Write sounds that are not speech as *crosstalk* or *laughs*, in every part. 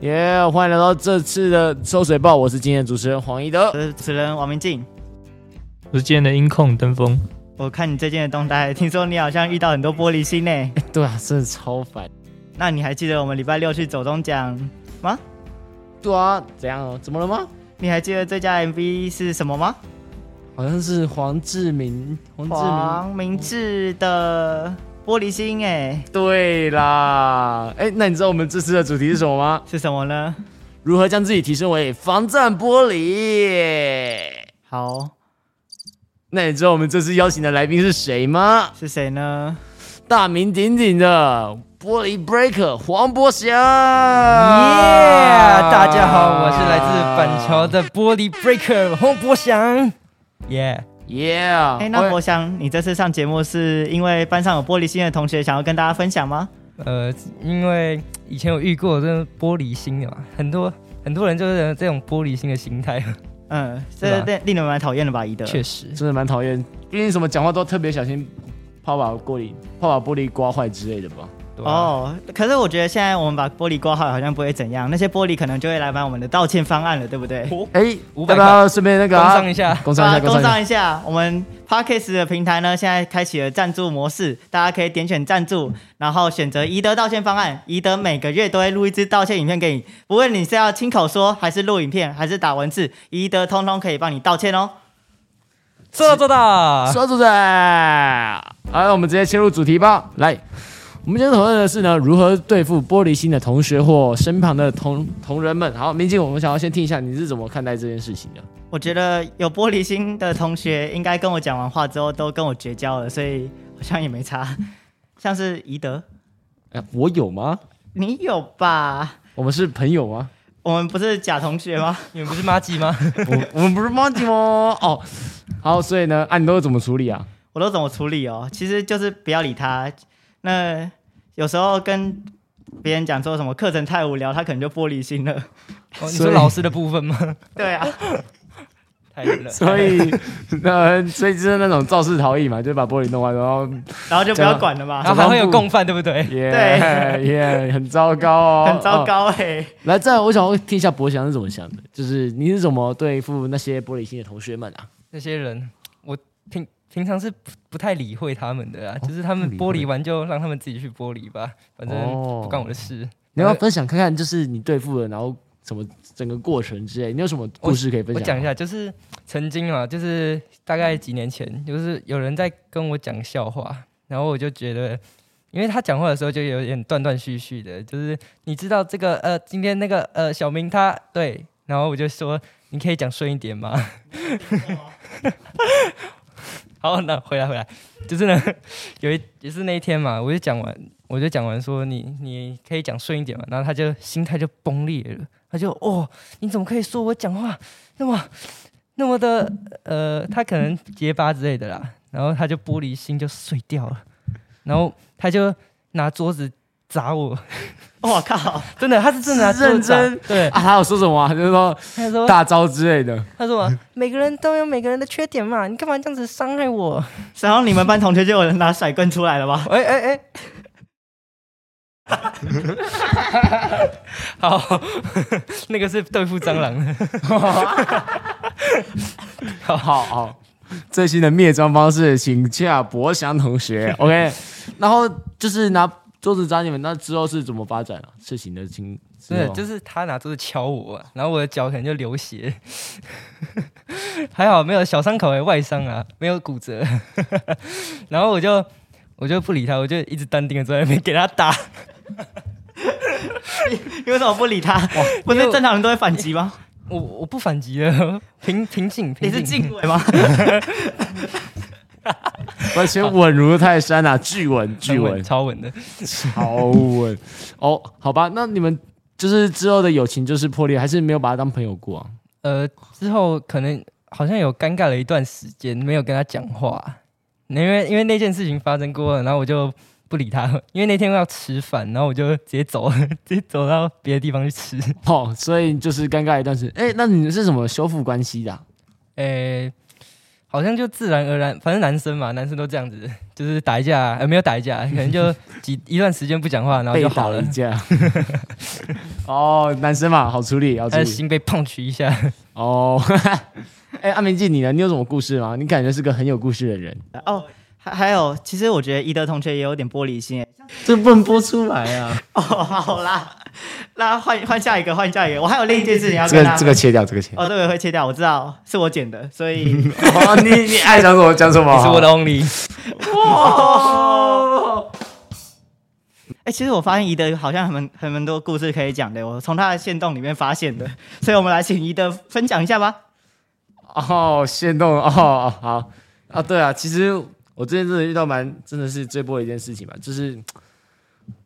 耶、欢迎来到这次的收水报，我是今天的主持人黄一德我。是主持呃人王明静。我是今天的音控登峰，我看你最近的动态，听说你好像遇到很多玻璃心呢。 *laughs* *laughs* 对啊，真的超烦。那你还记得我们礼拜六去走中奖吗？对啊，怎样哦？怎么了吗？你还记得最佳 MV 是什么吗？好像是黄志明，黄志明。黄明志的《玻璃心》哎，对啦，哎，那你知道我们这次的主题是什么吗？是什么呢？如何将自己提升为防弹玻璃？好，那你知道我们这次邀请的来宾是谁吗？是谁呢？大名鼎鼎的玻璃 breaker 黄博翔。耶、耶大家好，我是来自板桥的玻璃 breaker 洪博翔。耶、耶、啊哎，那我想你这次上节目是因为班上有玻璃心的同学想要跟大家分享吗？呃，因为以前有遇过这种玻璃心的嘛，很多很多人就是有这种玻璃心的心态，嗯，是这吧令令人蛮讨厌的吧，宜德。确实。真的蛮讨厌，毕竟什么讲话都特别小心，怕把玻璃怕把玻璃刮坏之类的吧。对啊，哦，可是我觉得现在我们把玻璃刮好，好像不会怎样，那些玻璃可能就会来买我们的道歉方案了，对不对？哎、要500不要顺便那个、工啊、商一下，工对商啊一下，工工商商一下？一下，我们 Parkes 的平台呢，现在开启了赞助模式，大家可以点选赞助，然后选择宜德道歉方案。宜德每个月都会录一支道歉影片给你，不论你是要亲口说，还是录影片，还是打文字，宜德通通可以帮你道歉哦。做到做到。说主持人，好，我们直接切入主题吧。来，我们今天讨论的是呢，如何对付玻璃心的同学或身旁的同同仁们。好，明静，我们想要先听一下你是怎么看待这件事情的。我觉得有玻璃心的同学，应该跟我讲完话之后都跟我绝交了，所以好像也没差。像是宜德，哎、我有吗？你有吧？我们是朋友 *laughs* 吗？我们不是假同学吗？你们不是妈鸡吗？我我们不是猫姐吗？哦，好，所以呢，啊，你都是怎么处理啊？我都怎么处理哦？其实就是不要理他。那有时候跟别人讲说什么课程太无聊，他可能就玻璃心了。哦，你所说以老师的部分吗？对啊，太冷了。 *laughs* 所以，呃，所以就是那种肇事逃逸嘛，就把玻璃弄坏，然后 *laughs* 然后就不要管了嘛然，后还会有共犯，对不对？耶对 *laughs* 耶，很糟糕哦， *laughs* 很糟哦。糕哎、来，再来我想要听一下博翔是怎么想的，就是你是怎么对付那些玻璃心的同学们啊？那些人，我平平常是不不太理会他们的啦，啊哦就是他们不玻理会璃完就让他们自己去玻璃吧，反正哦不干我的事。你要不要分享看看，就是你对付了，然后什么整个过程之类，你有什么故事可以分我享讲吗？一下，就是曾经啊，就是大概几年前，就是有人在跟我讲笑话，然后我就觉得，因为他讲话的时候就有点断断续续的，就是你知道这个呃，今天那个呃小明他对，然后我就说你可以讲顺一点吗？ *laughs* 好，那回来回来，就是呢，有一也是那一天嘛，我就讲完，我就讲完说你你可以讲顺一点嘛，然后他就心态就崩裂了，他就哦，你怎么可以说我讲话那么那么的呃，他可能结巴之类的啦，然后他就玻璃心就碎掉了，然后他就拿桌子砸我， *laughs* 哦我靠，真的，他是真的拿是桌子砸认真对，啊，还有说什么、啊？就是说他说大招之类的，他说什么每个人都有每个人的缺点嘛，你干嘛这样子伤害我？然后你们班同学就有人拿甩棍出来了吧？哎 *laughs* 哎哎。好， *laughs* 那个是对付蟑螂的。好好好。最新的灭蟑方式，请洽博翔同 *laughs* 学。OK，然后就是拿桌子砸你们，那之后是怎么发展啊？事情的情，对，哦后就是他拿桌子敲我、然后我的脚可能就流血， *laughs* 还好没有小伤口、欸，外伤啊，没有骨折。 *laughs* 然后我就我就不理他，我就一直淡定的坐在那边给他打， *laughs* 你为什么不理他？不是正常人都会反击哦吗？我我不反击了，平平静，你平是静。静委吗？而且稳如泰山 *laughs* 啊，巨稳巨很稳稳，，超稳的。超稳。哦，好吧，那你们就是之后的友情就是破裂，还是没有把他当朋友 *laughs* 过啊？呃，之后可能好像有尴尬了一段时间，没有跟他讲话，因为因为那件事情发生过了，然后我就不理他，因为那天要吃饭，然后我就直接走，直接走到别的地方去吃。哦，所以就是尴尬一段时间。哎，那你们是怎么修复关系的啊、诶、好像就自然而然，反正男生嘛，男生都这样子，就是打一架， *laughs* 呃，没有打一架，可能就几一段时间不讲话，然后 *laughs* 被就打好了了一。架。哦，男生嘛，好处理，好处他的理。心被碰取一下。哦， *laughs* 哎，阿明静，你呢？你有什么故事吗？你感觉是个很有故事的人。哦，还还有，其实我觉得伊德同学也有点玻璃心耶。这不能播出来啊！ *laughs* 哦，好啦，那换换下一个，换下一个。我还有另一件事情要这跟大个家。这个切掉，这个切。哦，这个会切掉，我知道是我剪的，所以 *laughs* 哦，你你爱讲什么讲什么。你是我的 only，哎、其实我发现宜德好像很很很多故事可以讲的，我从他的线洞里面发 *laughs* 现的，所以我们来请宜德分享一下吧。哦，限动哦，哦好啊，对啊，其实我之前真的遇到蛮真的是最波的一件事情吧，就是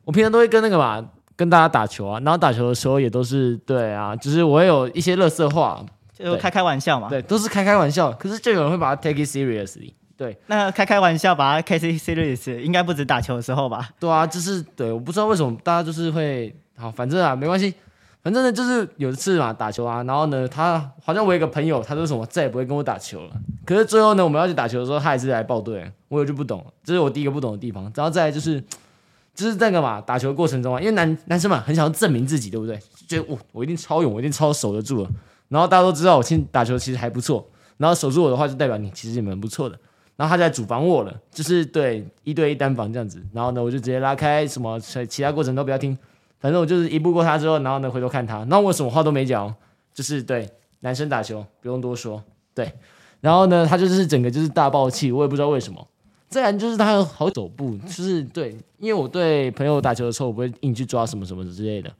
我平常都会跟那个嘛跟大家打球啊，然后打球的时候也都是对啊，就是我会有一些乐色话，就对开开玩笑嘛，对，都是开开玩笑，可是就有人会把它 take it seriously，对那开开玩笑把它 K C series 应该不止打球的时候吧？对啊，就是对，我不知道为什么大家就是会好，反正啊没关系。反正呢，就是有一次嘛，打球啊，然后呢，他好像我有一个朋友，他说什么再也不会跟我打球了。可是最后呢，我们要去打球的时候，他还是来报队，我也就不懂了，这是我第一个不懂的地方。然后再来就是，就是那个嘛，打球的过程中啊，因为男男生嘛，很想要证明自己，对不对？就觉得我哦我一定超勇，我一定超守得住了。然后大家都知道我其实打球其实还不错，然后守住我的话，就代表你其实也蛮不错的。然后他就来主防我了，就是对一对一单防这样子。然后呢，我就直接拉开，什么其他过程都不要听，反正我就是一步过他之后，然后呢回头看他，然后我什么话都没讲哦，就是对男生打球不用多说，对。哦然后呢，他就是整个就是大爆气，我也不知道为什么。再然就是他好走步，就是对，因为我对朋友打球的时候，我不会硬去抓什么什么之类的，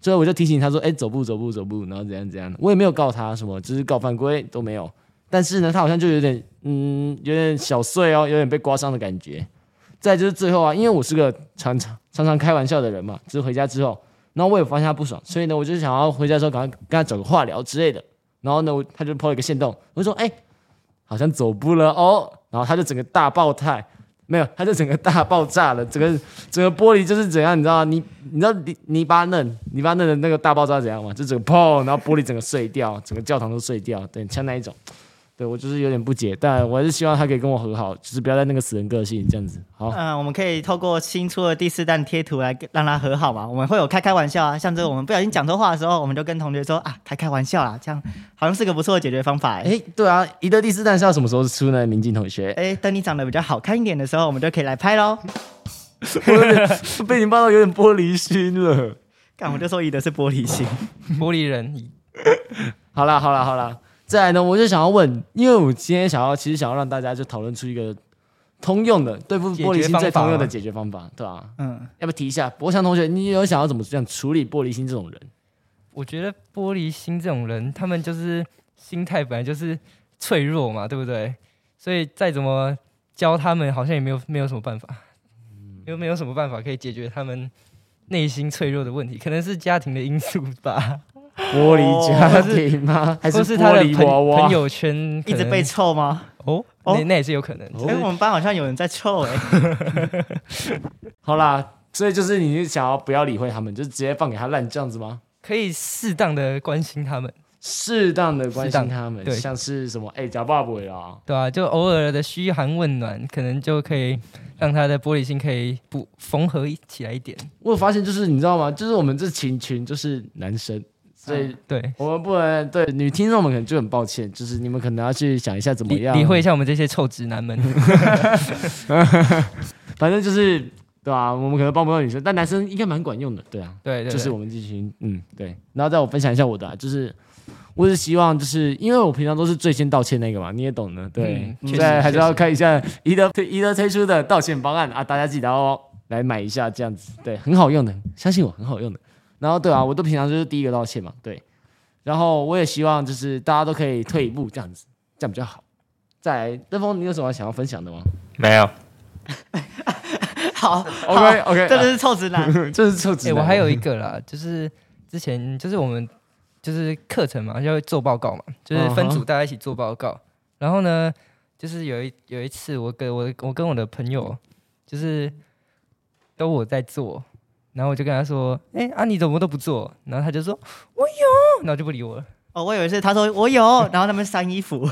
所以我就提醒他说：“哎，走步，走步，走步。”然后怎样怎样的，我也没有告他什么，就是告犯规都没有。但是呢，他好像就有点嗯，有点小碎哦，有点被刮伤的感觉。再就是最后啊，因为我是个常常常常开玩笑的人嘛，就是回家之后，然后我也发现他不爽，所以呢，我就想要回家之后赶快跟他找个话聊之类的。然后呢，我他就抛了一个线动，我就说：“哎、好像走步了哦。”然后他就整个大爆态，没有，他就整个大爆炸了，整个整个玻璃就是怎样，你知道吗？泥你知道泥泥巴嫩泥巴嫩的那个大爆炸怎样吗？就整个砰，然后玻璃整个碎掉，整个教堂都碎掉，对，像那一种。对我就是有点不解，但我还是希望他可以跟我和好，就是不要再那个死人个性这样子。好，嗯，我们可以透过新出的第四弹贴图来跟让他和好嘛。我们会有开开玩笑啊，像这个我们不小心讲错话的时候，我们就跟同学说啊，开开玩笑啦，这样好像是个不错的解决方法、欸。哎，对啊，赢得第四弹是要什么时候出呢？明镜同学，哎、等你长得比较好看一点的时候，我们就可以来拍喽。哎被你骂到有点玻璃心了。干，我就说宜德是玻璃心。玻璃人，好啦，好啦，好啦。再来呢，我就想要问，因为我今天想要，其实想要让大家就讨论出一个通用的对付玻璃心最通用的解决方法，对吧、啊？嗯，要不要提一下，博翔同学，你有想要怎么这样处理玻璃心这种人？我觉得玻璃心这种人，他们就是心态本来就是脆弱嘛，对不对？所以再怎么教他们，好像也没有没有什么办法，嗯又没有什么办法可以解决他们内心脆弱的问题，可能是家庭的因素吧，玻璃家庭吗？ *laughs* 还或哦是是他玻的璃朋娃朋娃？友圈 *laughs* 一直可能被臭吗？哦，哦那那也是有可能。哎、哦我们班好像有人在臭 *laughs* 哎、好啦，所以就是你就想要不要理会他们，就直接放给他烂这样子吗？可以适当的关心他们，适当的关适当心他们，对像是什么哎，假爸爸啦，对吧、就偶尔的嘘寒问暖，可能就可以让他的玻璃心可以不缝合一起来一点。我有发现就是你知道吗？就是我们这群群就是男生，所以对，我们不能对女听众们可能就很抱歉，就是你们可能要去想一下怎么理样理会一下我们这些臭直男们。反正就是对吧、我们可能帮不到女生，但男生应该蛮管用的，对啊。对对就是对我们这群，嗯，对。然后再我分享一下我的、啊，就是我是希望，就是因为我平常都是最先道歉那个嘛，你也懂的，对嗯。确实再还是确实要看一下宜德宜德推出的道歉方案啊，大家记得哦，来买一下这样子，对，很好用的，相信我，很好用的。然后嗯对啊，我都平常就是第一个道歉嘛，对。然后我也希望就是大家都可以退一步，这样子，这样比较好。再来，登峰，你有什么想要分享的吗没有，好？OK *laughs* 啊 OK，这就是臭直男。这是臭直哎、男。我还有一个啦，就是之前就是我们就是课程嘛，要做报告嘛，就是分嗯组哼大家一起做报告。然后呢，就是有一有一次我跟我我跟我的朋友，就是都我在做，然后我就跟他说：“哎、啊你怎么都不做？”然后他就说：“我有。”然后就不理我了。哦，我以为是他说我 *laughs* 有，然后他们删衣服。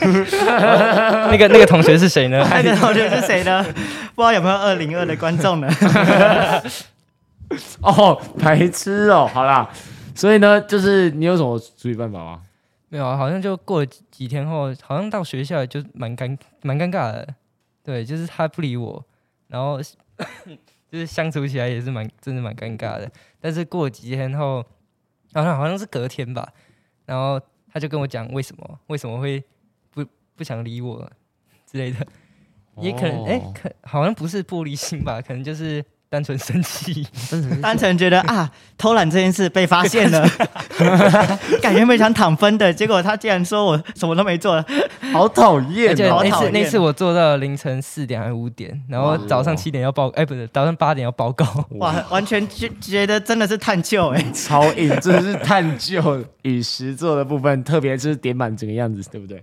那个那个同学 *laughs* 是谁呢？ *laughs* 那个同学是谁呢？不知道有没有二零二的观众呢？ *laughs* 哦，白痴哦，好啦，所以呢，就是你有什么处理办法吗？没有啊，好像就过了几几天后，好像到学校就蛮尴蛮尴尬的，对，就是他不理我，然后就是相处起来也是蛮真的蛮尴尬的。但是过了几天后，好像好像是隔天吧，然后他就跟我讲为什么为什么会不不想理我之类的，也可能哎、哦可好像不是玻璃心吧，可能就是单纯生气。单纯觉得啊，偷懒这件事被发现 *laughs* 了，感觉没想躺分的，结果他竟然说我什么都没做，好讨而厌且哦！好那讨次厌那次我做到凌晨四点还是五点，然后早上七点要报，哎、不是早上八点要报告。哇，完全觉觉得真的是探究哎、超硬，这是探究与实作的部分，特别是点满整个样子，对不对？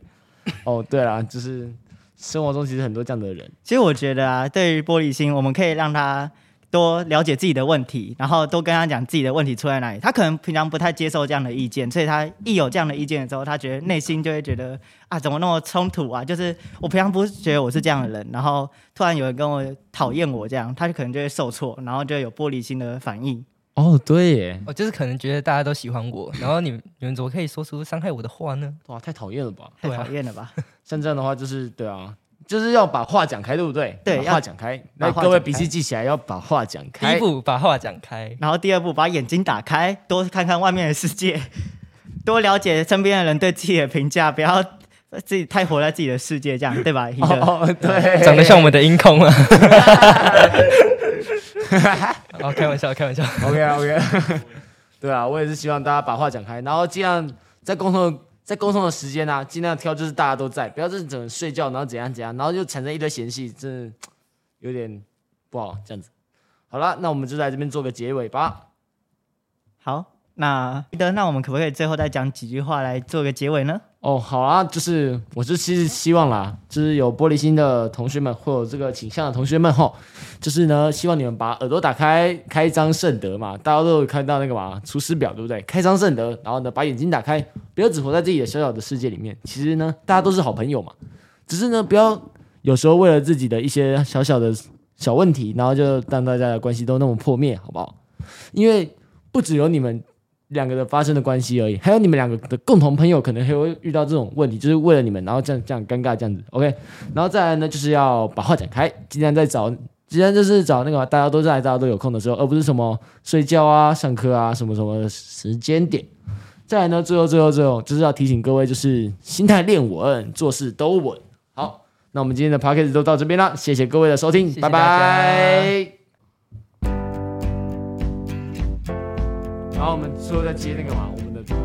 哦，对啦，就是生活中其实很多这样的人，其实我觉得啊，对于玻璃心，我们可以让他多了解自己的问题，然后多跟他讲自己的问题出在哪里。他可能平常不太接受这样的意见，所以他一有这样的意见的时候，他觉得内心就会觉得啊，怎么那么冲突啊？就是我平常不是觉得我是这样的人，然后突然有人跟我讨厌我这样，他就可能就会受挫，然后就会有玻璃心的反应。哦，对耶，我就是可能觉得大家都喜欢我，然后你们你们怎么可以说出伤害我的话呢？哇，太讨厌了吧？太对啊讨厌了吧？像这样的话，就是对啊，就是要把话讲开，对不对？对把要话讲开。把那话各位讲笔开记记起来，要把话讲第开。一步把话讲开，然后第二步，把眼睛打开，多看看外面的世界， *laughs* 多了解身边的人对自己的评价，不要自己太活在自己的世界，这样对吧？一哦个哦，对，长得像我们的音控 *laughs* 啊。哦，开玩笑，开玩笑。 OK 啊 OK。对啊，我也是希望大家把话讲开，然后尽量在沟通的在沟通的时间啊，尽量挑就是大家都在，不要是整个睡觉，然后怎样怎样，然后就产生一堆嫌隙，真的有点不好这样子。好了，那我们就在这边做个结尾吧。好。那的，那我们可不可以最后再讲几句话来做个结尾呢？哦，好啊，就是我是其实希望啦，就是有玻璃心的同学们或有这个倾向的同学们吼，就是呢，希望你们把耳朵打开，开张圣德嘛，大家都有看到那个嘛，《出师表》对不对？开张圣德，然后呢，把眼睛打开，不要只活在自己的小小的世界里面。其实呢，大家都是好朋友嘛，只是呢，不要有时候为了自己的一些小小的小问题，然后就让大家的关系都那么破灭，好不好？因为不只有你们两个的发生的关系而已，还有你们两个的共同朋友可能还会遇到这种问题，就是为了你们，然后这样这样尴尬这样子，OK，然后再来呢，就是要把话讲开，尽量在找，尽量就是找那个大家都在、大家都有空的时候，而不是什么睡觉啊、上课啊什么什么的时间点。再来呢，最后最后最后就是要提醒各位，就是心态练稳，做事都稳。好，那我们今天的 p a c k a g e 就到这边啦，谢谢各位的收听，谢拜大家拜。然后我们最后再接那个嘛，我们的。